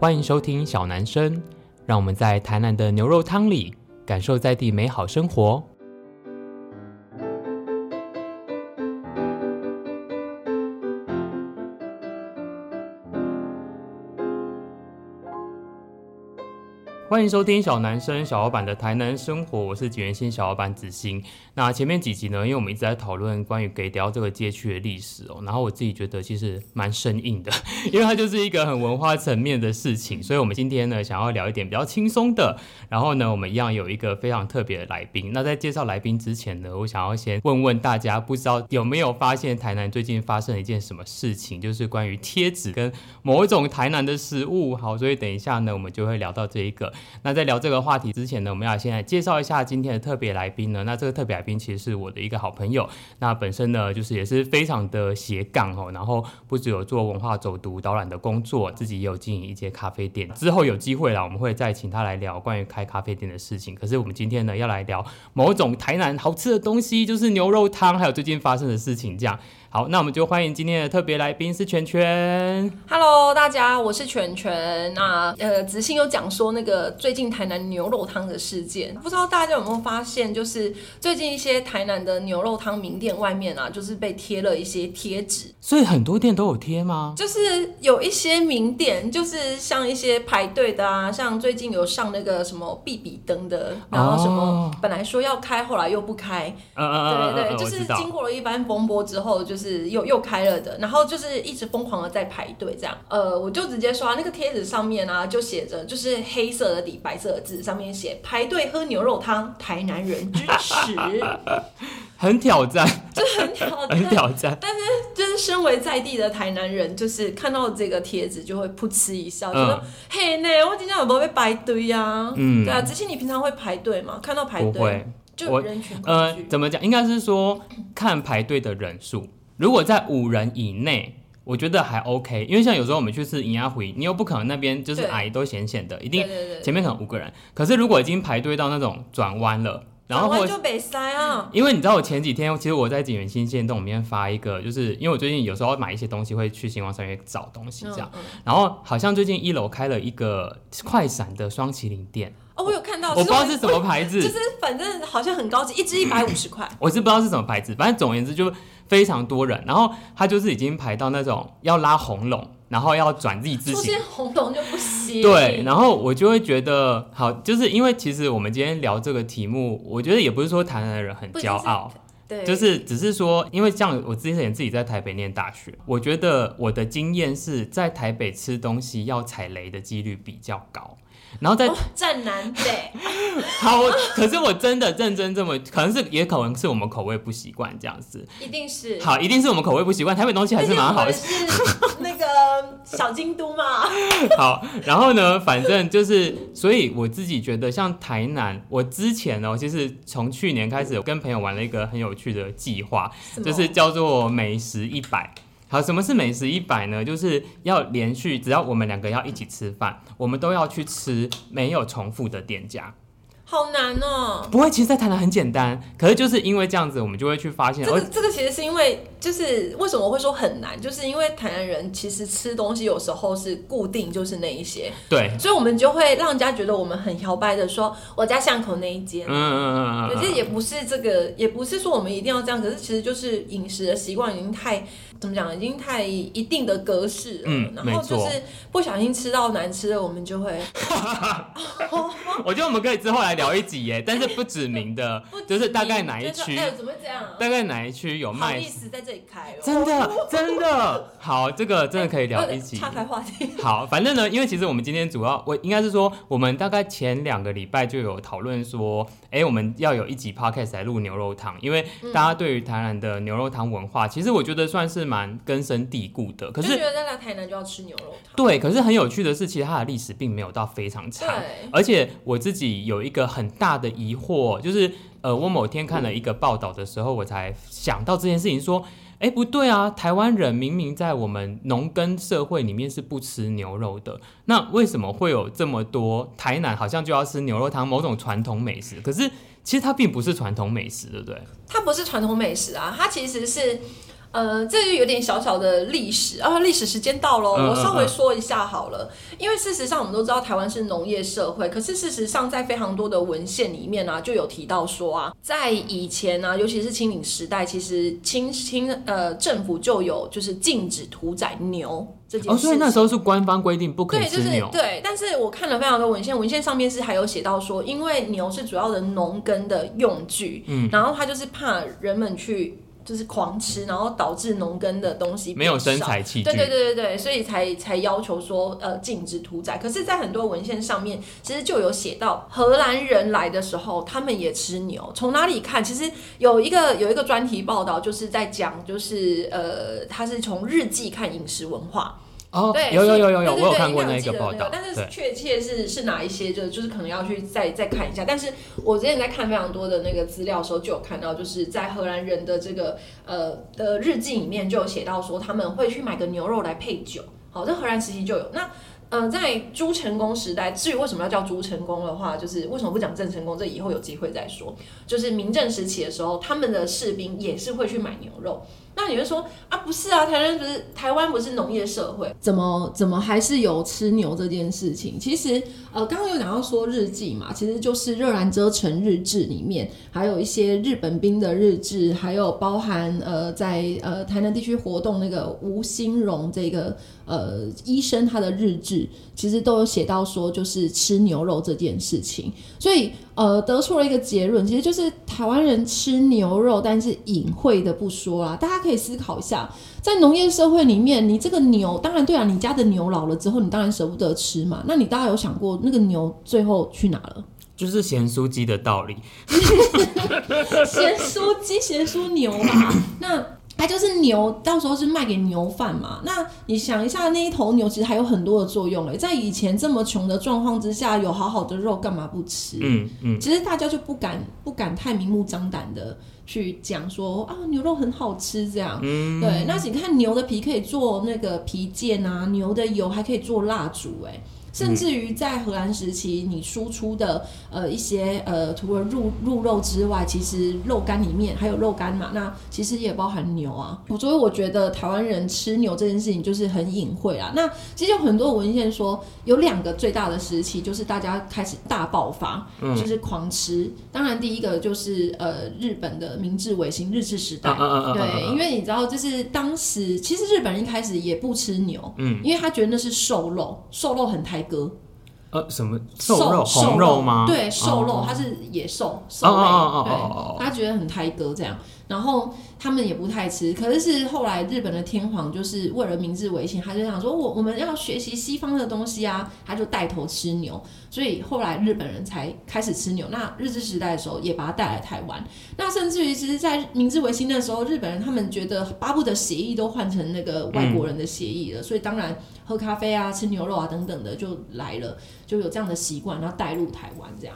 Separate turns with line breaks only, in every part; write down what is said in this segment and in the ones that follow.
欢迎收听小男生，让我们在台南的牛肉汤里感受在地美好生活。欢迎收听小男生小老板的台南生活，我是景元新小老板子欣。那前面几集呢，因为我们一直在讨论关于给雕这个街区的历史哦，然后我自己觉得其实蛮生硬的，因为它就是一个很文化层面的事情，所以我们今天呢想要聊一点比较轻松的。然后呢，我们一样有一个非常特别的来宾。那在介绍来宾之前呢，我想要先问问大家，不知道有没有发现台南最近发生了一件什么事情，就是关于贴纸跟某一种台南的食物。好，所以等一下呢，我们就会聊到这一个。那在聊这个话题之前呢，我们要先来介绍一下今天的特别来宾呢。那这个特别来宾其实是我的一个好朋友，那本身呢就是也是非常的斜杠哦，然后不只有做文化走读导览的工作，自己也有经营一些咖啡店。之后有机会啦，我们会再请他来聊关于开咖啡店的事情。可是我们今天呢要来聊某种台南好吃的东西，就是牛肉汤，还有最近发生的事情这样。好，那我们就欢迎今天的特别来宾是圈圈。
Hello，大家，我是全全。那呃，子欣有讲说那个最近台南牛肉汤的事件，不知道大家有没有发现，就是最近一些台南的牛肉汤名店外面啊，就是被贴了一些贴纸，
所以很多店都有贴吗？
就是有一些名店，就是像一些排队的啊，像最近有上那个什么必比登的，然后什么
哦
本来说要开，后来又不开，
嗯嗯嗯嗯
对
嗯
对，
嗯，
就
我
是
知道。
经过了一番风波之后，就是又又开了的，然后就是一直疯狂的在排队这样。呃，我就直接刷那个贴纸上面啊，就写着就是黑色的底白色的字，上面写排队喝牛肉汤，台南人支持，
很挑战，
这很挑
很
战。
挑 战。
就是身为在地的台南人，就是看到这个贴纸就会噗嗤一笑，就说
嗯：“
嘿呢，我今天有没有被排队啊？”
嗯
对啊，之前你平常会排队吗？看到排
不
队
会，
就
我
人群恐
呃
惧，。
怎么讲？应该是说看排队的人数，如果在五人以内。我觉得还 OK，因为像有时候我们去吃银鸭回，你又不可能那边就是
对
阿姨都闲闲的，一
对
定
对对，
前面可能五个人。可是如果已经排队到那种转弯了，然后
台湾
或者
就北塞啊，
因为你知道，我前几天其实我在景元新线洞里面发一个，就是因为我最近有时候买一些东西会去星光三月找东西这样，
嗯嗯
然后好像最近一楼开了一个快闪的双麒麟店，
哦，我有看到，
我不知道
其
是
实
什么牌
我，
子，
就是反正好像很高级，一支一百五十块。
我是不知道是什么牌子，反正总而言之就非常多人，然后他就是已经排到那种要拉红龙，然后要转 Z 字
出
形。
现红龙就不行。
对，然后我就会觉得好，就是因为其实我们今天聊这个题目，我觉得也不是说台南的人很
不仅
骄
是
傲，
对，
就是 只是说，因为像我之前自己在台北念大学，我觉得我的经验是在台北吃东西要踩雷的几率比较高，然后在
哦站南北，
好，可是我真的认真这么，可能是也可能是我们口味不习惯这样子，
一定是。
好，一定是我们口味不习惯，台北东西还是蛮好
毕
吃。
竟我们是那个小京都 嘛，
好，然后呢，反正就是，所以我自己觉得，像台南，我之前哦，其实从去年开始，我跟朋友玩了一个很有趣的计划，
什么
就是叫做美食一百。好，什么是美食一百呢？就是要连续，只要我们两个要一起吃饭，我们都要去吃没有重复的店家。
好难哦。
不会，其实，在台南很简单，可是就是因为这样子，我们就会去发现，
这个
哦，
这个其实是因为，就是为什么我会说很难，就是因为台南人其实吃东西有时候是固定就是那一些，
对，
所以我们就会让人家觉得我们很摇摆的说，我家巷口那一间
嗯，嗯嗯嗯
可
嗯
是也不是这个，也不是说我们一定要这样，可是其实就是饮食的习惯已经太怎么讲，已经太一定的格式了。
嗯
然后就
没错
是不小心吃到难吃的，我们就 会
嗯，我觉得我们可以之后来聊一集耶，但是不指名的
不，知
就是大概
名
哪一
就说
区，
哎，怎么会这样啊？
大概哪一区有
好
卖
意，思在这里开哦，呃
真的真的好，这个真的可以聊一集
岔。开话题。
好，反正呢，因为其实我们今天主要，我应该是说，我们大概前两个礼拜就有讨论说，哎、我们要有一集 podcast 来录牛肉汤，因为
嗯
大家对于台南的牛肉汤文化，其实我觉得算是蛮根深蒂固的。可
就是觉得来台南就要吃牛肉汤，
对，可是很有趣的是，其实它的历史并没有到非常长。
对，
而且我自己有一个很大的疑惑，就是呃，我某天看了一个报道的时候，我才想到这件事情，说，哎，不对啊，台湾人明明在我们农耕社会里面是不吃牛肉的，那为什么会有这么多台南好像就要吃牛肉汤某种传统美食？可是其实它并不是传统美食，对不对？
它不是传统美食啊，它其实是。呃，这就有点小小的历史啊，历史时间到喽，
嗯
我稍
嗯
微
嗯
说一下好了。因为事实上我们都知道台湾是农业社会，可是事实上在非常多的文献里面啊，就有提到说啊，在以前啊，尤其是清领时代，其实清清呃政府就有就是禁止屠宰牛这件
哦，
事情。
所以那时候是官方规定不可以
对，就
吃
是
牛，
对，但是我看了非常多文献，文献上面是还有写到说，因为牛是主要的农耕的用具，嗯，然后它就是怕人们去就是狂吃，然后导致农耕的东西
没有
变
生
少
产器具，
对对对对对，所以才才要求说呃禁止屠宰。可是，在很多文献上面，其实就有写到荷兰人来的时候，他们也吃牛。从哪里看？其实有一个有一个专题报道，就是在讲，就是呃，他是从日记看饮食文化。
哦
对，，
有有有有有，
对对
我有
对
看过
应该
那
记
个
得
报道，
但是
对，
确切是是哪一些，就就是可能要去再再看一下。但是我之前在看非常多的那个资料的时候，就有看到，就是在荷兰人的这个呃的日记里面就有写到说，他们会去买个牛肉来配酒。好，这荷兰时期就有那。呃，在朱成功时代，至于为什么要叫朱成功的话，就是为什么不讲郑成功，这以后有机会再说。就是明正时期的时候，他们的士兵也是会去买牛肉。那你会说啊，不是啊，台湾不是台湾不是农业社会，怎么怎么还是有吃牛这件事情？其实呃，刚刚有讲到说日记嘛，其实就是热兰遮城日志里面，还有一些日本兵的日志，还有包含呃在呃台南地区活动那个吴兴荣这个呃医生他的日志，其实都有写到说就是吃牛肉这件事情，所以呃得出了一个结论，其实就是台湾人吃牛肉，但是隐晦的不说啦，大家可以思考一下，在农业社会里面，你这个牛，当然对啊，你家的牛老了之后，你当然舍不得吃嘛，那你大家有想过那个牛最后去哪了？
就是咸酥鸡的道理，
咸酥鸡、咸酥牛嘛，那它就是牛，到时候是卖给牛贩嘛。那你想一下，那一头牛其实还有很多的作用诶，在以前这么穷的状况之下，有好好的肉干嘛不吃？
嗯嗯，
其实大家就不敢不敢太明目张胆的去讲说啊牛肉很好吃这样，对。那你看牛的皮可以做那个皮件啊，牛的油还可以做蜡烛、哎。甚至于在荷兰时期，你输出的呃一些呃，除了入入肉之外，其实肉干里面还有肉干嘛，那其实也包含牛啊。所以我觉得台湾人吃牛这件事情就是很隐晦啊。那其实有很多文献说，有两个最大的时期，就是大家开始大爆发，
嗯
就是狂吃。当然，第一个就是呃日本的明治维新日治时代，
啊啊啊啊啊
对，因为你知道，就是当时其实日本人一开始也不吃牛，嗯，因为他觉得那是瘦肉，瘦肉很抬哥，
呃，什么
瘦
瘦肉红
肉
肉吗？
对，瘦
哦
肉，它是野兽，
哦
兽类，
哦哦哦哦哦
对，他觉得很胎哥这样，然后他们也不太吃。可是是后来日本的天皇就是为了明治维新，他就想说我我们要学习西方的东西啊，他就带头吃牛，所以后来日本人才开始吃牛。那日治时代的时候也把它带来台湾，那甚至于其实，在明治维新的时候，日本人他们觉得巴不得协议都换成那个外国人的协议了，所以当然喝咖啡啊、吃牛肉啊等等的就来了。就有这样的习惯，然后带入台湾这样。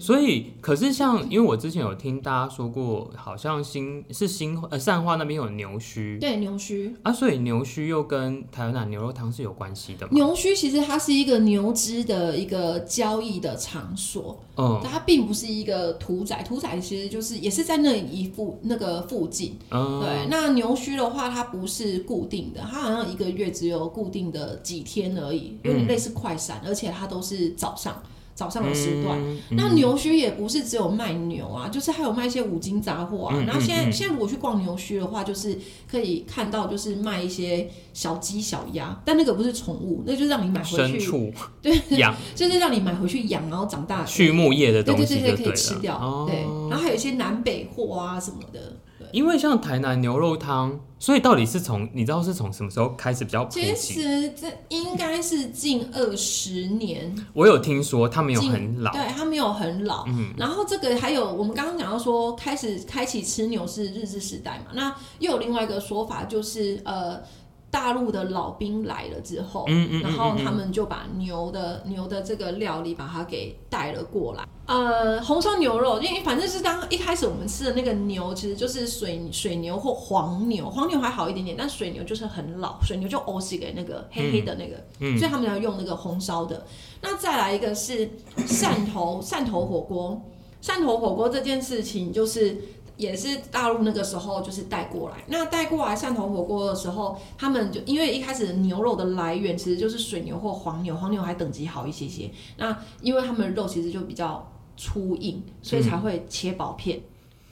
所以，可是像，因为我之前有听大家说过，好像新是新呃善化那边有牛须
对，牛须，
啊，所以牛须又跟台南牛肉汤是有关系的嘛？
牛须其实它是一个牛只的一个交易的场所，
嗯
它并不是一个屠宰，屠宰其实就是也是在那一附那个附近。
嗯，
对，那牛须的话，它不是固定的，它好像一个月只有固定的几天而已，有点类似快闪，而且它都是早上早上的时段。
嗯
那牛墟也不是只有卖牛啊，就是还有卖一些五金杂货啊。
嗯
然后现在、
嗯嗯
现在如果去逛牛墟的话，就是可以看到就是卖一些小鸡小鸭，但那个不是宠物，那就让你买回
牲
去，
畜
对，
养
就是让你买回去养，然后长大。
畜牧业的
对
东
对
西
对
就
对，可以吃
了。
掉。对
哦，，
然后还有一些南北货啊什么的。对。
因为像台南牛肉汤，所以到底是从你知道是从什么时候开始比较普及？
其实这应该是近二十年
我有听说他们有
近
很老，嗯
对，它没有很老。然后这个还有我们刚刚讲到说，开始开启吃牛是日治时代嘛，那又有另外一个说法就是呃。大陆的老兵来了之后，
嗯嗯嗯
然后他们就把牛的牛的这个料理把它给带了过来。呃，红烧牛肉，因为反正是当一开始我们吃的那个牛，其实就是水水牛或黄牛，黄牛还好一点点，但水牛就是很老，水牛就欧系给那个黑黑的
嗯
那个，所以他们要用那个红烧的。那再来一个是汕头汕头火锅，汕头火锅这件事情就是。也是大陆那个时候就是带过来。那带过来汕头火锅的时候，他们就因为一开始牛肉的来源其实就是水牛或黄牛，黄牛还等级好一些些。那因为他们的肉其实就比较粗硬，所以才会切薄片。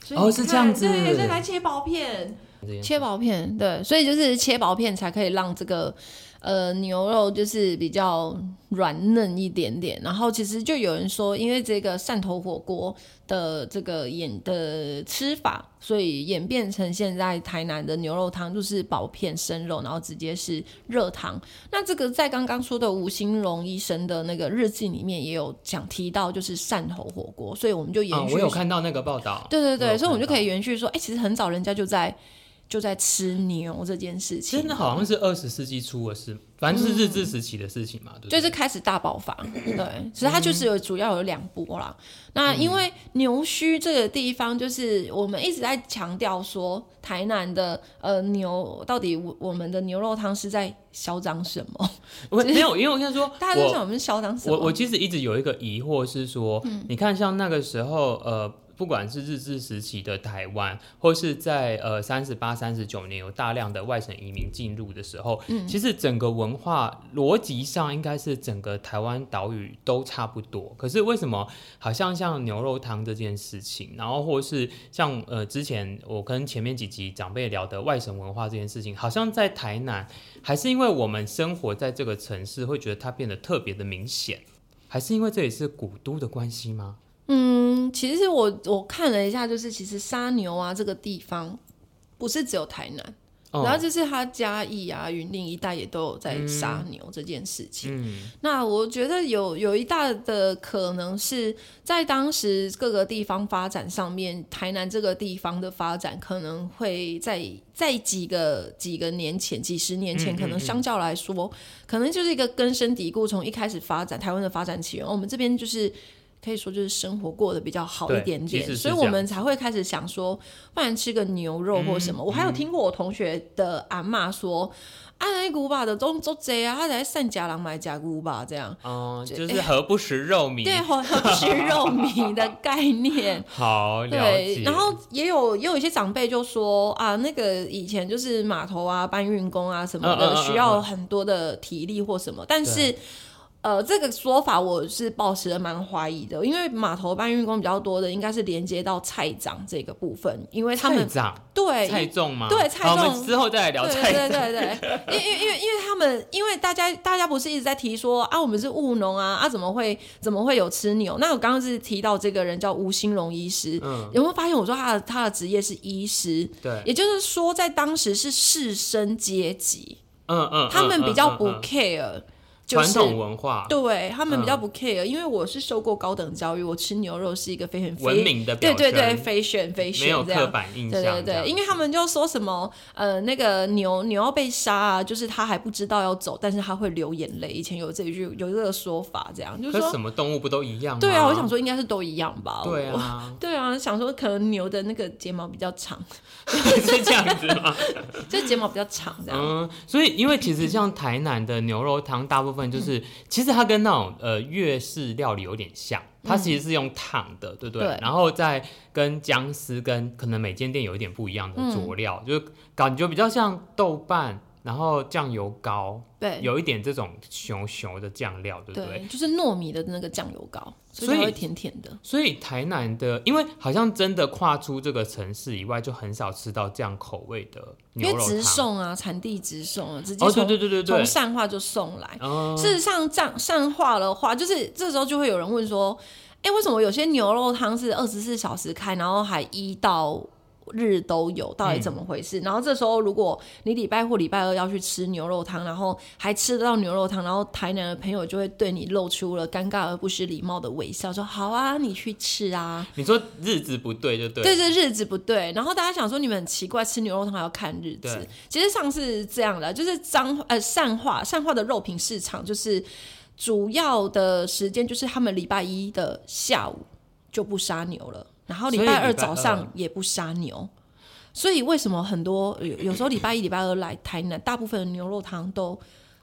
所以
哦
你
是这
看
样子
对，所以才切薄片。切薄片，对，所以就是切薄片才可以让这个呃牛肉就是比较软嫩一点点。然后其实就有人说，因为这个汕头火锅的这个演的吃法，所以演变成现在台南的牛肉汤就是薄片生肉，然后直接是热汤。那这个在刚刚说的吴兴荣医生的那个日记里面也有讲提到，就是汕头火锅，所以我们就
啊
延，续、
我有看到那个报道，
对对
我
对，
有
所以我们就
看
可以延续说，哎、其实很早人家就在就在吃牛这件事
其实
情，
那好像是二十世纪初的事，反正就是日治时期的事情嘛，对不
嗯就
对？
是开始大 爆发。对，其实它就是有主要有两波啦。那
嗯
因为牛墟这个地方，就是我们一直在强调说，台南的呃牛到底我我们的牛肉汤是在嚣张什么？
我没有，因为我跟你说，
大家都
我
想我们嚣张什么？嗯
我我其实一直有一个疑惑是说，你看像那个时候，呃，不管是日治时期的台湾，或是在呃三十八、三十九年有大量的外省移民进入的时候，
嗯
其实整个文化逻辑上应该是整个台湾岛屿都差不多。可是为什么好像像牛肉汤这件事情，然后或是像呃之前我跟前面几集长辈聊的外省文化这件事情，好像在台南还是因为我们生活在这个城市，会觉得它变得特别的明显，还是因为这里是古都的关系吗？
嗯，其实我我看了一下，就是其实杀牛啊这个地方，不是只有台南。然后
哦，
就是他嘉义啊、云林一带也都有在杀牛这件事情。
嗯，
那我觉得有有一大的可能是在当时各个地方发展上面，台南这个地方的发展可能会在在几个几个年前、几十年前，
嗯嗯
可能相较来说，可能就是一个根深蒂固，从一开始发展台湾的发展起源，我们这边就是。可以说就是生活过得比较好一
对
点
其
点，
实是
所以
这
我
样
们才会开始想说，不然吃个牛肉
嗯
或什么。我还有听过我同学的阿嬷说，啊，那牛肉的总做贼啊，他来善家人买假牛吧，这样。
哦、就是何不食肉糜。。
对，好像是肉糜的概念
好了
对
解。，
然后也有也有一些长辈就说啊，那个以前就是码头啊、搬运工啊什么
嗯嗯嗯
的，
嗯
需要很多的体力或什么，但是。呃，这个说法我是抱持了蛮怀疑的，因为码头搬运工比较多的应该是连接到菜长这个部分，因为他
菜
们
长
对
菜种吗？
对菜
好我
粽
们之后再来聊
对
菜
对对对，因因因为因为他们，因为大家大家不是一直在提说啊，我们是务农啊，啊怎么会怎么会有吃牛？那我刚刚是提到这个人叫吴兴荣医师，
嗯，
有没有发现我说他的他的职业是医师？
对，
也就是说，在当时是士绅阶级，
嗯嗯，
他们比较
嗯
不
嗯嗯
care，就
传
是
统文化嗯
对他们比较不 care，因为我是受过高等教育，我吃牛肉是一个非常
文，明的表
对
征，
对对，非选非
没有
选这样
刻。板印象
对
这
对
样，
对，因为他们就说什么呃，那个牛牛要被杀啊，就是他还不知道要走，但是他会流眼泪。以前有这一句有这个说法，这样就是
可是
说，
什么动物不都一样吗？
对啊，我想，说应该是都一样吧。
对
我。
啊，
对啊，想说可能牛的那个睫毛比较长，
是这样子吗？
就睫毛比较长这样。
嗯，所以因为其实像台南的牛肉汤，大部分
嗯
就是、其实它跟那种呃粤式料理有点像，它其实是用烫的，对不对？
嗯对
然后再跟姜丝跟可能每间店有一点不一样的佐料，
嗯
就是感觉比较像豆瓣，然后酱油膏，
对
有一点这种熊熊的酱料，对不对？
哎对，就是糯米的那个酱油膏，所以
所以
它会甜甜的。
所以台南的，因为好像真的跨出这个城市以外，就很少吃到这样口味的
因
牛
为
肉
直
汤。
送啊，产地直送啊，直接
哦，
从
对对对对对
从，善化就送来。
哦
事实上，善善化的话，就是这时候就会有人问说，哎、为什么有些牛肉汤是二十四小时开，然后还一到日都有，到底怎么回事？然后这时候，如果你礼拜或礼拜二要去吃牛肉汤，然后还吃得到牛肉汤，然后台南的朋友就会对你露出了尴尬而不失礼貌的微笑，说：“好啊，你去吃啊。”
你说日子不对就对了，
对，这日子不对。然后大家想说你们很奇怪，吃牛肉汤还要看日子
对。
其实上是这样的，就是彰呃善化善化的肉品市场，就是主要的时间就是他们礼拜一的下午就不杀牛了，然后礼
所以
拜
礼拜
二早上
二
也不杀牛。所以为什么很多有有时候礼拜一、礼拜二来台南，大部分的牛肉汤都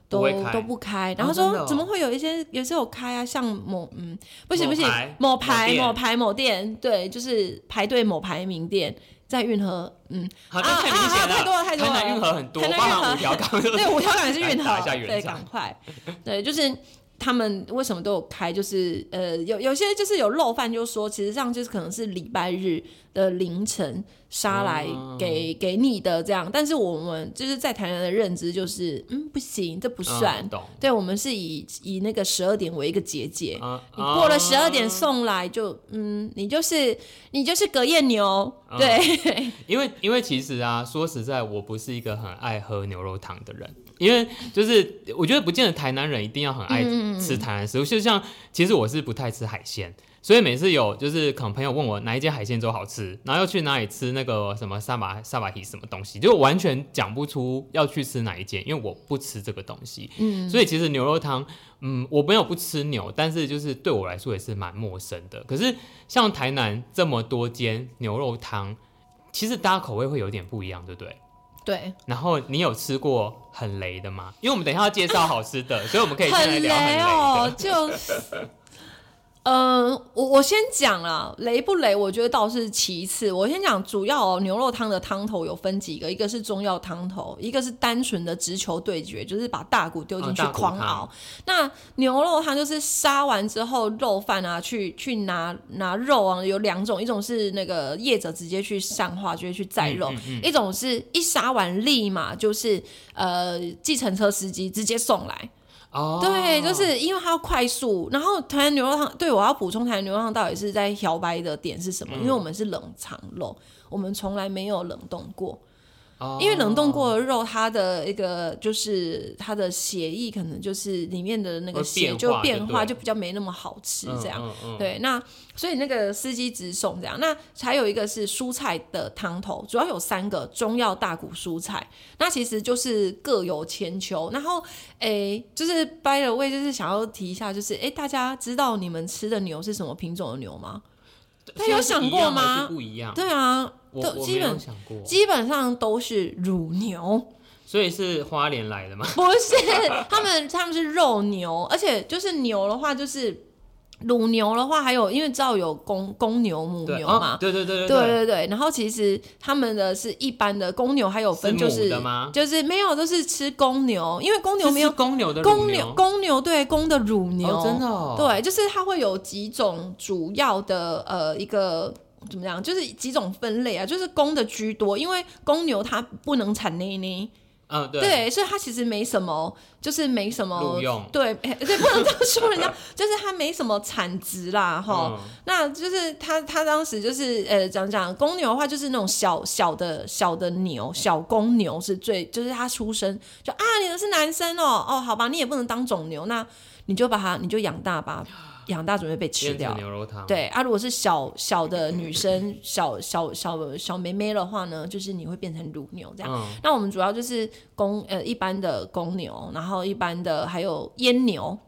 不
都
会开
都不开，然
哦
后说、
真的哦
怎么会有一些有些有开啊？像某嗯，不行
某
不行
牌，
某
某
牌
店
某牌某店，对，就是排队某排名店在运河， 嗯，
好，那太明显了，
啊啊啊太多了太多了
台南运河很多，
台南
包
运河
含五条 港，
对，五条港也是运
打
河
一下，
对，
圆
赶
场，
快，对，就是他们为什么都有开，就是呃，有有些就是有漏饭，就说其实上就是可能是礼拜日的凌晨杀来
哦
给、给你的这样，但是我们就是在台南的认知就是，嗯，不行，这不
嗯
算，
懂。
对我们是以以那个十二点为一个结界。
啊
你过了十二
啊
点送来就，嗯，你就是你就是隔夜牛，
嗯
对，
因为因为其实啊，说实在，我不是一个很爱喝牛肉汤的人，因为就是我觉得不见得台南人一定要很爱吃台南食物，就像其实我是不太吃海鲜。所以每次有就是可能朋友问我哪一间海鲜粥好吃，然后又去哪里吃那个什么萨马萨马提什么东西，就完全讲不出要去吃哪一间，因为我不吃这个东西。
嗯，
所以其实牛肉汤，嗯，我没有不吃牛，但是就是对我来说也是蛮陌生的。可是像台南这么多间牛肉汤，其实大家口味会有点不一样，对不对？
对，
然后你有吃过很雷的吗？因为我们等一下要介绍好吃的，所以我们可以先来
很
聊很雷
雷
的。
哦，就， 嗯、我我先讲啦，雷不雷，我觉得倒是其次。我先讲主要哦、牛肉汤的汤头有分几个，一个是中药汤头，一个是单纯的直球对决，就是把大骨丢进去
哦大骨
狂熬。
汤
那牛肉汤就是杀完之后肉饭啊，去去拿拿肉啊，有两种，一种是那个业者直接去上化，直接去宰肉，
嗯嗯
一种是一杀完立马就是呃计程车司机直接送来。
哦，
对，就是因为它要快速。然后台南牛肉汤，对我要补充台南牛肉汤到底是在摇摆的点是
嗯
什么？因为我们是冷藏肉，我们从来没有冷冻过。
哦
因为冷冻过的肉，它的一个就是它的血液可能就是里面的那个
会
血
变
就
化
变
就对
化，
了
就比较没那么好吃这样。，
嗯嗯嗯
对，那所以那个司机直送这样，那还有一个是蔬菜的汤头，主要有三个中药大骨蔬菜，那其实就是各有千秋。然后，诶、就是 by the way，就是想要提一下，就是诶、大家知道你们吃的牛是什么品种的牛吗？他有想过吗
现在是一样还是不一样，
对啊，
我
都
我没
基
有
本
想过，
基本上都是乳牛，
所以是花莲来的吗？
不是 他们他们是肉牛，而且就是牛的话就是。乳牛的话，还有因为知道有公公牛、母
对
牛
哦
嘛，
对对对
对
对，
对对，然后其实他们的是一般的公牛，还有分就是
母
是
的吗
就是没有都是吃公牛，因为公牛
是
没有
吃公牛的乳
公牛公牛对公的乳牛，
哦真的哦，
对，就是它会有几种主要的呃一个。怎么样？就是几种分类啊，就是公的居多，因为公牛它不能产内内，
嗯对，
对，所以它其实没什么，就是没什么
录，用
对，哎对，不能这样 说人家，就是它没什么产值啦，哈、
嗯
那就是他，他当时就是呃，讲讲公牛的话，就是那种小小的小的牛，
嗯
小公牛是最，就是他出生就啊，你是男生哦，哦，好吧，你也不能当种牛，那你就把它，你就养 大吧，养大准备被吃
变成
掉。
牛肉汤。，
对啊，如果是小小的女生，小小小小妹妹的话呢，就是你会变成乳牛这样。
嗯，
那我们主要就是公呃一般的公牛，然后一般的还有阉牛，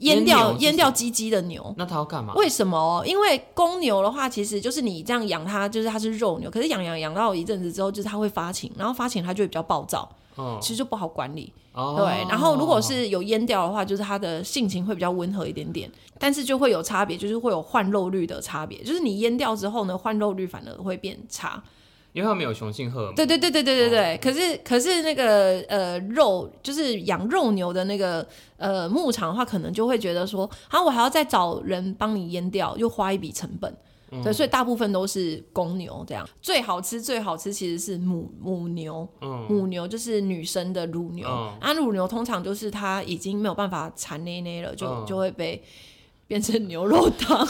阉
阉掉
牛是
阉
什
掉鸡鸡的牛。
那他要干嘛？
为什么？因为公牛的话，其实就是你这样养它，就是它是肉牛，可是养养养到一阵子之后，就是它会发情，然后发情它就会比较暴躁，
嗯，
其实就不好管理。
哦
对，然后如果是有阉掉的话，就是它的性情会比较温和一点点，但是就会有差别，就是会有换肉率的差别，就是你阉掉之后呢，换肉率反而会变差。
因为他们有雄性荷尔蒙，
对对对对对对对。
哦
可是可是那个呃肉，就是养肉牛的那个呃牧场的话，可能就会觉得说，啊，我还要再找人帮你阉掉，又花一笔成本。
嗯
对，所以大部分都是公牛这样。最好吃最好吃其实是母母牛，
嗯，
母牛就是女生的乳牛。
嗯
啊，乳牛通常就是它已经没有办法产奶奶了，就、
嗯
就会被变成牛肉汤。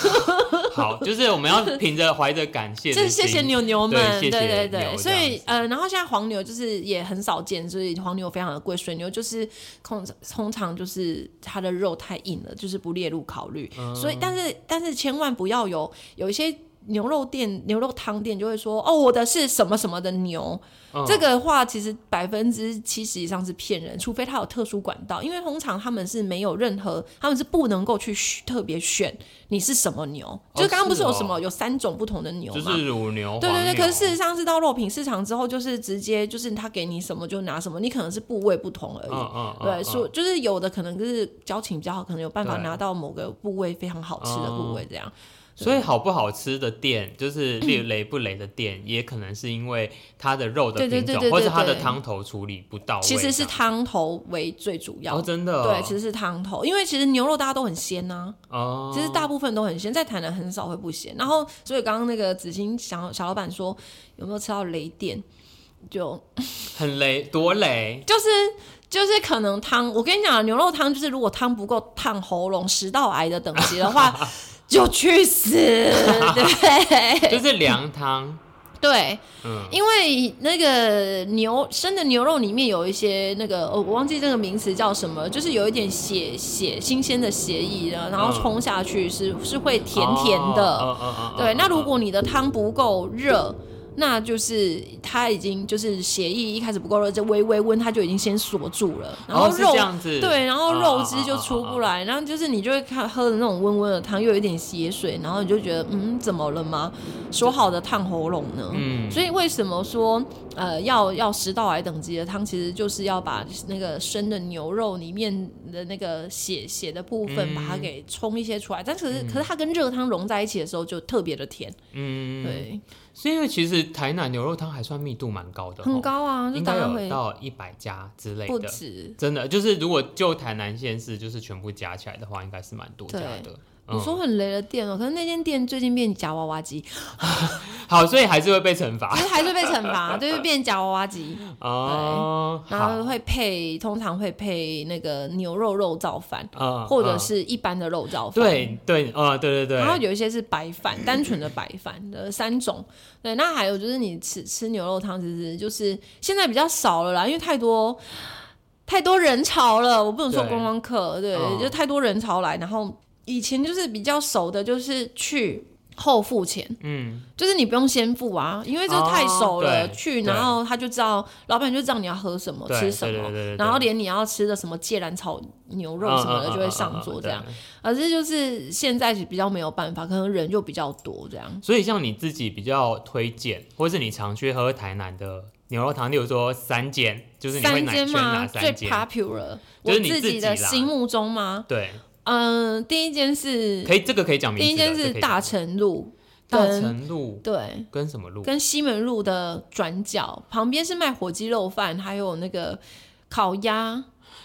好，就是我们要凭着怀着感谢
这
的
谢
心，
谢牛牛们，
对谢谢
对对
牛
对，
这
所
样
以
子
呃，然后现在黄牛就是也很少见，所以黄牛非常的贵，水牛就是通通常就是它的肉太硬了，就是不列入考虑，
嗯
所以但是但是千万不要有有一些。牛肉店、牛肉汤店就会说：“哦，我的是什么什么的牛。
嗯
这个话其实百分之七十以上是骗人，除非他有特殊管道，因为通常他们是没有任何，他们是不能够去选特别选你是什么牛。就是刚刚不是有什么、
是哦
有三种不同的牛
就
嘛？
是乳牛，
对对对，
黄牛
可是事实上是到肉品市场之后，就是直接就是他给你什么就拿什么，你可能是部位不同而已。
嗯嗯，嗯
对，所以
嗯
就是有的可能就是交情比较好，可能有办法
对
拿到某个部位非常好吃的部位这样。
所以好不好吃的店，就是 例如雷不雷的店，也可能是因为它的肉的
对对
品
对
种
对对
或者它的
对
汤头处理不到位这
其
样，
实是汤头为最主要
哦，真的哦
对，其实是汤头，因为其实牛肉大家都很鲜呐、
哦，
其实大部分都很鲜，在台南很少会不鲜。然后，所以刚刚那个子欣小小老板说有没有吃到雷电，就
很雷多雷，
就是就是可能汤，我跟你讲，牛肉汤就是如果汤不够烫喉咙、食道癌的等级 的话，就去死， 对
就是凉汤，
对。
嗯，
因为那个牛生的牛肉里面有一些那个，哦、我忘记这个名词叫什么，就是有一点血血新鲜的血液了，然后冲下去是、是会甜甜的。
嗯哦，哦哦哦哦
对，
哦
那如果你的汤不够热，那就是它已经就是血液一开始不够热，就微微温它就已经先锁住了，然后
哦是
肉
这样子，
对，然后
哦
肉汁就出不，
哦哦哦哦
来，然后就是你就会看喝的那种温温的汤，又有一点血水，然后你就觉得嗯，怎么了吗？说好的烫喉咙呢？
嗯
所以为什么说呃要要食道癌等级的汤，其实就是要把那个生的牛肉里面的那个血血的部分，
嗯
把它给冲一些出来。但可是、可是它跟热汤融在一起的时候，就特别的甜，
嗯，
对，
是因为其实台南牛肉汤还算密度蛮高的哦，
很高啊，就
应
大
该
家
有
会
到一百家之类
不
的。
止。
真的，就是如果就台南县市，就是全部加起来的话，应该是蛮多家的。嗯
你说很雷的店哦、可是那间店最近变夹娃娃机，其
好，所以还是会被惩 罚
实还是被惩罚，就是变夹娃娃机。
哦。
然
好
后会配，通常会配那个牛肉肉燥饭，
嗯
或者
嗯
是一般的肉燥饭。。
对对，呃，对对对，
然后有一些是白饭，单纯的白饭的三种。对，那还有就是你吃吃牛肉汤，其实就是现在比较少了啦，因为太多太多人潮了。我不能说
对
观光客，对，
嗯
就太多人潮来。然后以前就是比较熟的，就是去后付钱，
嗯，
就是你不用先付啊，因为就太熟了，
哦对
去
对
然后他就知道，老板就知道你要喝什么、
对
吃什么，
对对对嗯对对
然后连你要吃的什么芥兰炒牛肉什么的就会上桌这样。
嗯嗯嗯嗯嗯
而这就是现在比较没有办法，可能人就比较多这样。
对所以像你自己比较推荐，或是你常去喝台南的牛肉汤，例如说三间，就是你会
三
哪
间
选哪
吗？最
三间？
popular，
就
我
是你自
己的
己啦
心目中吗？
对，
嗯，第一间是
可以，这个可以讲名字
第
的。
一间是
这可以
大成路，
大
跟
成路
对，
跟什么路？
跟西门路的转角旁边是卖火鸡肉饭，还有那个烤鸭，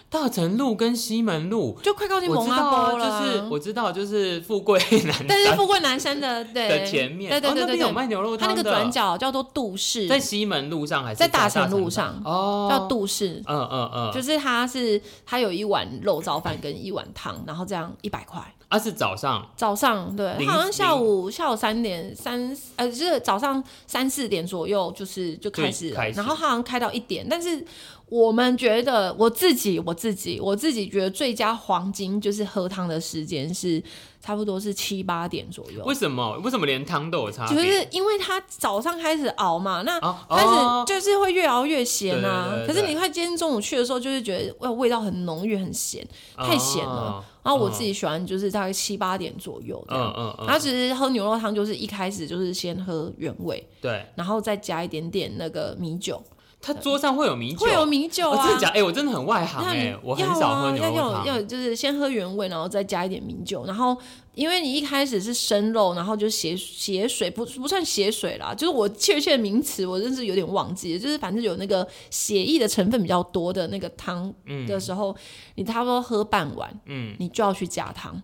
大成路跟西门路，
就快靠近
我
蒙
知
阿
道
波了
啊，
啊。
就是我知道，就是富贵南
但是
山
富贵南山的对
的前面，
对对
哦
对
那
对
边有
对，
卖牛肉
它
汤
那
的，
个转角叫做杜氏，
在西门路上还是
在
大
大成路
上？
上
哦，
叫杜氏，
嗯嗯嗯，
就是它是它有一碗肉燥饭跟一碗汤，然后这样一百块。
啊是早上，
早上对，
零
它好像下午下午三点三呃，就是早上三四点左右，就是就开始
就
了，
开始
然后它好像开到一点，但是我们觉得我自己我自己我自己觉得最佳黄金就是喝汤的时间是差不多是七八点左右，
为什么为什么连汤都有差别？
就是因为他早上开始熬嘛，那
啊
开始
哦
就是会越熬越咸啊。
对对对对
可是你看今天中午去的时候，就是觉得哇味道很浓郁、很咸，太咸了。
哦
然后我自己喜欢就是大概七八点左右这
嗯
样。
嗯嗯，
然后其实喝牛肉汤就是一开始就是先喝原味，
对，
然后再加一点点那个米酒，
他桌上会有米酒，
会有米酒
哦
啊。
真的假？哎，我真的很外行
那你
哎，我很
要
少喝
啊，
牛
要
肉
要
汤，
要就是先喝原味，然后再加一点米酒，然后因为你一开始是生肉，然后就血血水不不算血水啦，就是我确切名词我真是有点忘记了，就是反正有那个血液的成分比较多的那个汤的时候，你差不多喝半碗，
嗯，
你就要去加汤，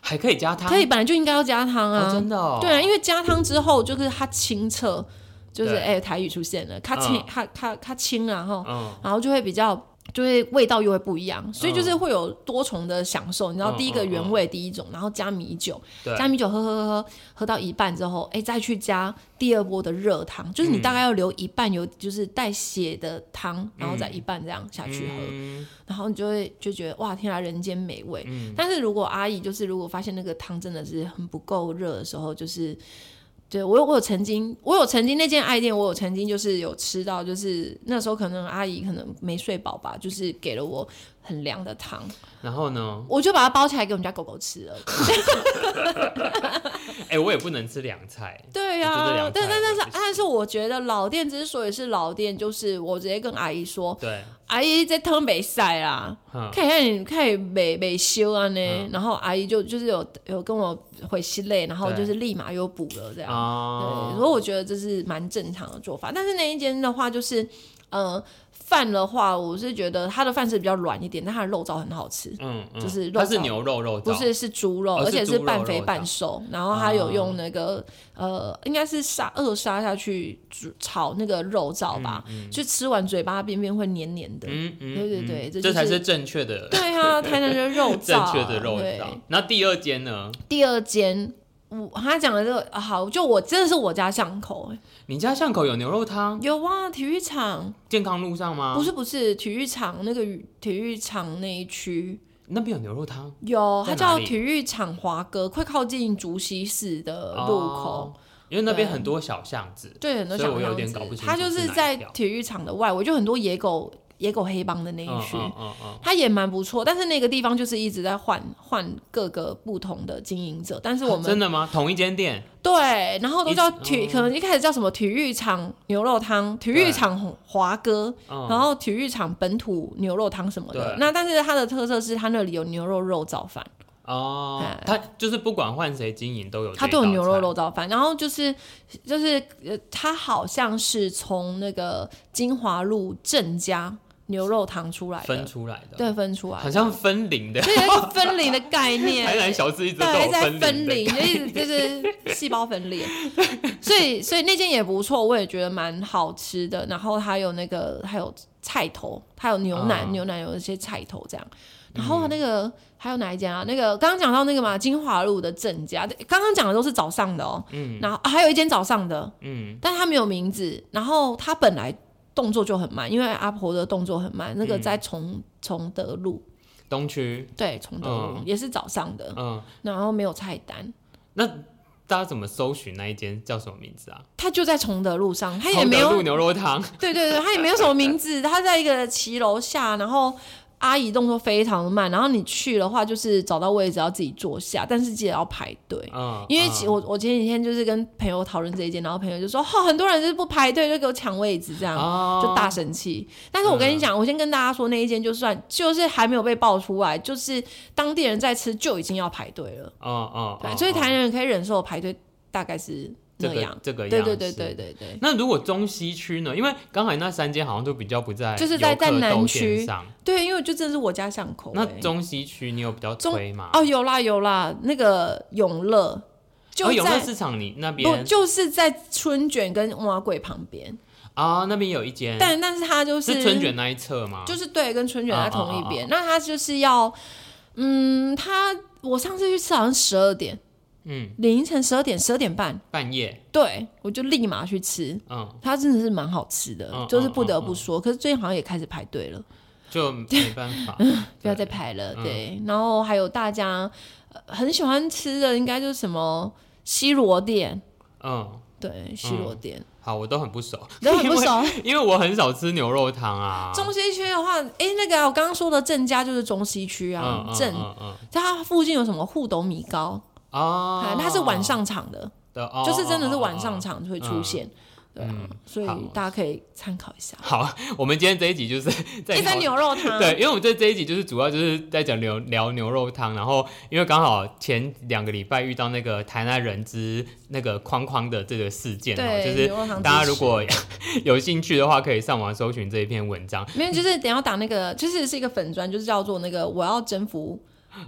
还可以加汤，
可以本来就应该要加汤啊，
哦真的哦，
对啊，因为加汤之后就是它清澈，就是
对
哎、台语出现了，它清
嗯
它它它清啊哈。
嗯
然后就会比较。就会味道又会不一样，所以就是会有多重的享受。你知道，
嗯
第一个
嗯
原味第一种，然后加米酒，
对
加米酒喝喝喝喝，喝到一半之后，哎，再去加第二波的热汤，就是
嗯
你大概要留一半有就是带血的汤，然后再一半这样下去喝，
嗯
然后你就会就觉得哇，天啊，人间美味。
嗯
但是如果阿姨就是如果发现那个汤真的是很不够热的时候，就是对我有我有曾经我有曾经那间爱店，我有曾经就是有吃到，就是那时候可能阿姨可能没睡饱吧，就是给了我很凉的汤，
然后呢？
我就把它包起来给我们家狗狗吃了。
哎、我也不能吃凉菜，
对
就这
呀、
两
但
菜
但但是
嘛就是
但是我觉得老店之所以是老店，就是我直接跟阿姨说，
对，
阿姨这汤没晒啦，
哼，
看看你看你没没修啊呢。
嗯
然后阿姨就就是有有跟我回息类，然后
对
就是立马又补了这样。对，
哦，
所以我觉得这是蛮正常的做法。但是那一间的话，就是呃饭的话，我是觉得它的饭是比较软一点，但它的肉燥很好吃，
嗯嗯，
就是肉
它是
燥
牛肉肉燥，
不是是猪肉，
哦是
而且
猪
是
肉
半肥
肉
半
燥
瘦。然后它有用那个、呃，应该是杀二杀下去煮炒那个肉燥吧，就吃完嘴巴边边会黏黏的。
嗯嗯，
对对
嗯
对这
这
就是
才是正确 的
对啊，台南的肉燥
正
啊，
确的肉
对
燥。那第二间呢？
第二间，我他讲的这个、啊好，就我真的是我家巷口、欸
你家巷口有牛肉汤？
有啊，体育场。
健康路上吗？
不，是不是，体育场那个羽体育场那一区
那边有牛肉汤
有，
在
它
哪
叫
里
体育场华哥，快靠近竹溪市的呃路口。
哦因为那边
对
很多小巷子。
对，很多
所以
小
我有
巷
点
子
搞不清
它
楚
就是是
哪一
在
条
体育场的外围，就很多野狗野狗黑帮的那一区。
嗯嗯嗯
它也蛮不错，但是那个地方就是一直在换换各个不同的经营者，但是
嗯，
我们、
真的吗？同一间店
对，然后都
一
叫
直
体，
哦
可能一开始叫什么体育场牛肉汤、体育
对
场华哥，
嗯
然后体育场本土牛肉汤什么的
对。
那但是它的特色是它那里有牛肉肉燥饭，
哦
哎，
他就是不管换谁经营都有这一道
它
菜，
都有牛肉肉燥饭。然后就是就是呃，它好像是从那个金华路郑家牛肉汤出来
分
的，
出来的，
对，分出来
好
的，
像分龄的，
这个分龄的 概念。
台南小吃一直都
对，
有
在
分
分
龄
离，就一直就是细胞 分裂，所以所以那间也不错，我也觉得蛮好吃的。然后它有那个还有菜头，它有牛奶，
啊
牛奶有一些菜头这样。然
嗯
后那个、还有哪一家啊？那个刚刚讲到那个嘛，金华路的郑家，刚刚讲的都是早上的哦。
嗯
然后、啊还有一间早上的，
嗯，
但他没有名字。然后他本来动作就很慢，因为阿婆的动作很慢。那个
嗯
在崇崇德路，
东区，
对，崇德路、
嗯
也是早上的，
嗯，
然后没有菜单。
那大家怎么搜寻那一间叫什么名字啊？
他就在崇德路上，他
他
也没有，
牛肉汤，
对对对，他也没有什么 名字，他在一个骑楼下，然后阿姨动作非常慢，然后你去的话就是找到位置要自己坐下，但是记得要排队。
嗯，
因为其
嗯
我我前几天就是跟朋友讨论这一件，然后朋友就说，哦，很多人就是不排队就给我抢位置这样，
哦
就大生气。但是我跟你讲，我先跟大家说，那一间就算就是还没有被爆出来，就是当地人在吃就已经要排队了，
哦哦，
对，
哦
所以
哦
台南人可以忍受排队大概是
这
那样
个，这个
对
样子
对对对。对对。
那如果中西区呢？因为刚才那三间好像都比较不在，
就是在在南区
上。
对，因为就真的是我家巷口、欸。
那中西区你有比较推吗？
哦，有啦有啦，那个永乐就
哦永乐
在、
市场你那
不
边
就是在春卷跟蛙柜旁边，
啊，那边有一间，
但但是它就是
春卷那一侧吗？
就是是对，跟春卷
啊
在
啊
同一
啊啊
边。那它就是要，嗯，它我上次去吃好像十二点，
嗯，
凌晨十二点十二点半，
半夜，
对我就立马去吃。
嗯，
它真的是蛮好吃的，
嗯
就是
嗯
不得
嗯
不
嗯
说。可是最近好像也开始排队了。
就没办法，
不要
对
再排了。
嗯
对，然后还有大家、呃很喜欢吃的，应该就是什么西罗店，
嗯。
对，西罗店，
好，我都很不熟，
都很不
因
熟。
为，啊因为我很少吃牛肉汤啊。
中西区的话，哎、那个啊、我刚刚说的郑家就是中西区啊
嗯，嗯
郑、
嗯嗯
在它附近有什么互斗米糕，
哦
哎，它是晚上场的，
的，哦
就是真的是晚上。
哦哦哦嗯
场会出现，对啊，所以
好
大家可以参考 一下。
好，我们今天这一集就是 在
一
聊
份牛肉汤，
对，因为我们这这一集就是主要就是在讲牛聊牛肉汤，然后因为刚好前两个礼拜遇到那个台南人之那个框框的这个事件哦，
对，
就是
牛肉汤
大家
支持
如果 有兴趣的话，可以上网搜寻这一篇文章。
没有，就是等一下打那个，就是是一个粉砖，就是叫做那个我要征服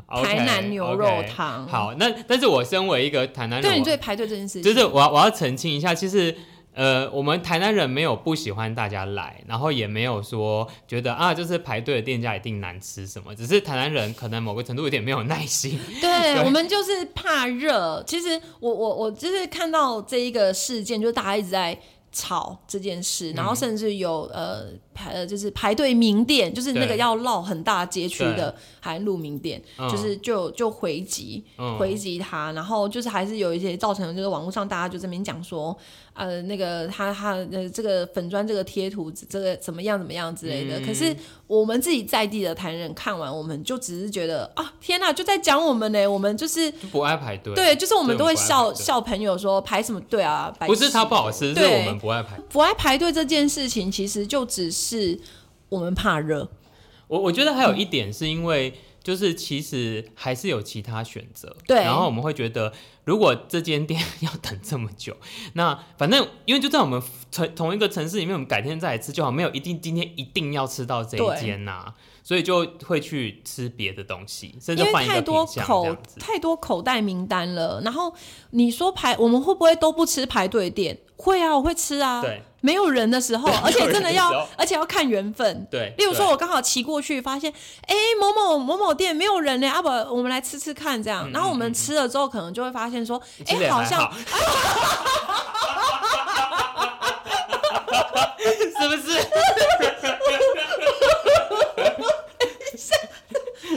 OK，
台南牛肉
OK
汤
好，那但是我身为一个台南人，
对你
我
对排队这件事情，
就是我要我要澄清一下，其实呃，我们台南人没有不喜欢大家来，然后也没有说觉得啊，就是排队的店家一定难吃什么，只是台南人可能某个程度有点没有耐心。
对我们就是怕热。其实我我我就是看
嗯
到这一个事件，就是大家一直在吵这件事，然后甚至有、呃排呃就是排队名店，就是那个
对
要绕很大街区的海岸路名店，
嗯
就是就就回击、
嗯
回击他，然后就是还是有一些造成就是网络上大家就这边讲说，呃那个他他呃这个粉砖这个贴图这个怎么样怎么样之类的，
嗯
可是我们自己在地的台人看完，我们就只是觉得啊天呐，就在讲我们呢，我们就是。
就不爱排队。
对，就是我们都会
所
笑
以
笑朋友说排什么队啊，白
我们不爱排队，不是
痴
他不好吃，是
对
我们不爱排。
不爱排队这件事情，其实就只是我们怕热。
我我觉得还有一点是因为，就是其实还是有其他选择。
对
然后我们会觉得，如果这间店 要等这么久，那反正因为就在我们同同一个城市里面，我们改天再来吃就好，没有一定今天一定要吃到这一间呐、所以就会去吃别的东西，甚
因
至
为
换一
太
个
多
品相这
口
样子。
太多口袋名单了，然后你说排我们会不会都不吃排队店？会啊，我会吃啊。
对，
没有人 的时候，
对
而且
没
真
有人的时
要
候，
而且要看缘分。
对，
例如
对
说，我刚好骑过去，发现哎、某某某某店没有人呢，要、啊不我们来吃吃看这样。
嗯
然后我们
嗯嗯
吃了之后，可能就会发现说，
其
哎、
实也
好
还
像
好是不是？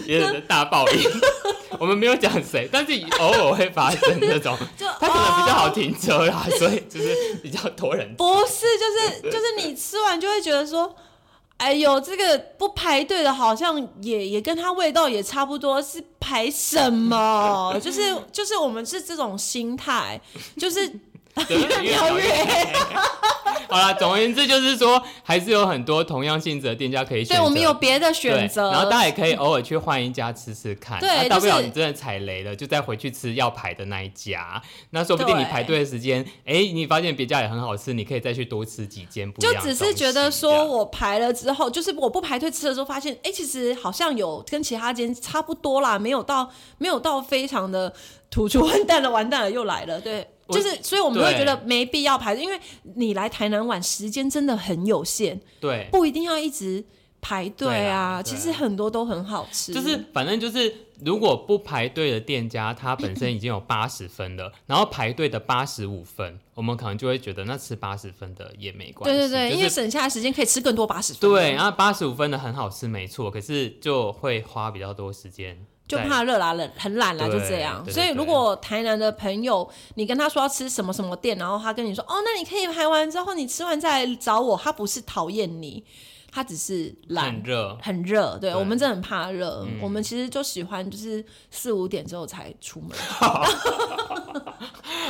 也 有大爆音， 我们没有讲谁，但是偶尔会发生这 种，
就
他可能比较
哦
好停车啦， 所以就是比较多人。
不是， 就是就是你吃完就会觉得说，哎呦，这个不排队的，好像也也跟它味道也差不多，是排什么？ 就是就是我们是这种心态，就是
对不对
越描越
黑。 好啦，总而言之就是说，还是有很多同样性质的店家可以选
对
择。
我们有别的
对
选择，
然后大家也可以偶尔去换一家吃吃看。
对
啊大不
就是
了你真的踩雷了，就再回去吃要排的那一家。那说不定
对
你排队的时间，哎、你发现别家也很好吃，你可以再去多吃几间不一
就
样的东西。
只是觉
这
得说
样
我排了之后，就是我不排队吃了之后，发现哎、诶其实好像有跟其他间差不多啦，没有到没有到非常的土出完蛋了，完蛋了又来了，对。
我
就是，所以我们会
对
觉得没必要排队，因为你来台南玩时间真的很有限，
对，
不一定要一直排队
对
啊。
啊对
其
啊
实很多都很好吃，
就是反正就是，如果不排队的店家，他本身已经有八十分 了，然后排队的八十五分，我们可能就会觉得那吃八十分的也没关
对
系。
对对，因
就
为
是
省下的时间可以吃更多八十分。
对，，然后八十五分的很好吃，没错，可是就会花比较多时间
就
在，
怕热啦，冷很懒啦，就
对
这样。
对对
所以
对
如果台南的朋友，你跟他说要吃什么什么店，然后他跟你说哦，那你可以排完之后，你吃完再来找我，他不是讨厌你，他只是
很
懒。
热。
很热，对嗯
对
我们真的很怕热，我们其实就喜欢就是四五点之后才出门。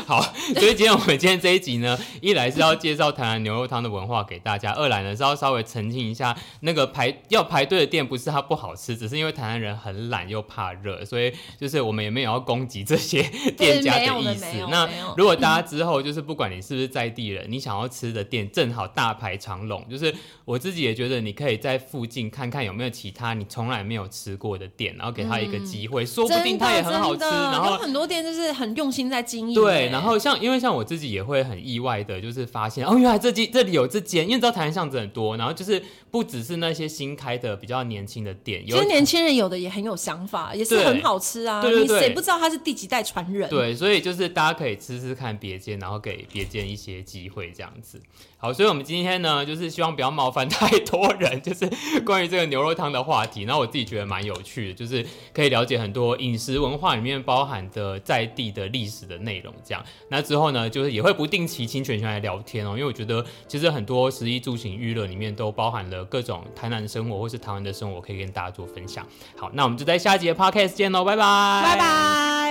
好， 所以今天我们今天这一集呢，一来是要介绍台南牛肉汤的文化给大家，二来呢是要稍微澄清一下，那个排要排队的店不是它不好吃，只是因为台南人很懒又怕热，所以就是我们也没有要攻击这 些店家
没有
的
我
意
们
思
没有。
那
没有
如果大家之后就是不管你是不是在地人，你想要吃的店正好大排长龙，就是我自己也觉得你可以在附近看看有没有其他你从来没有吃过的店，然后给他一个机会，说不定
嗯真的
它也很好吃，
真的
然后
有很多店就是很用心在经营欸。
对，然后像因为像我自己也会很意外的，就是发现哦，原来这间这里有这间，因为你知道台南巷子很多，然后就是不只是那些新开的比较年轻的店，
其
有
实年轻人有的也很有想法，也是
对
很好吃啊。
对对对
你谁不知道他是第几代传人？
对，所以就是大家可以吃吃看别间，然后给别间一些机会这样子。好，所以我们今天呢，就是希望不要冒犯太多人， 就是关于这个牛肉汤的话题。然后我自己觉得蛮有趣的，就是可以了解很多饮食文化里面包含的在地的历史的内容。这样，那之后呢，就是也会不定期请全全来聊天哦，因为我觉得其实很多食衣住行娱乐里面都包含了各种台南生活或是台湾的生活，可以跟大家做分享。好，那我们就在下集的 podcast 见喽，拜拜，
拜拜。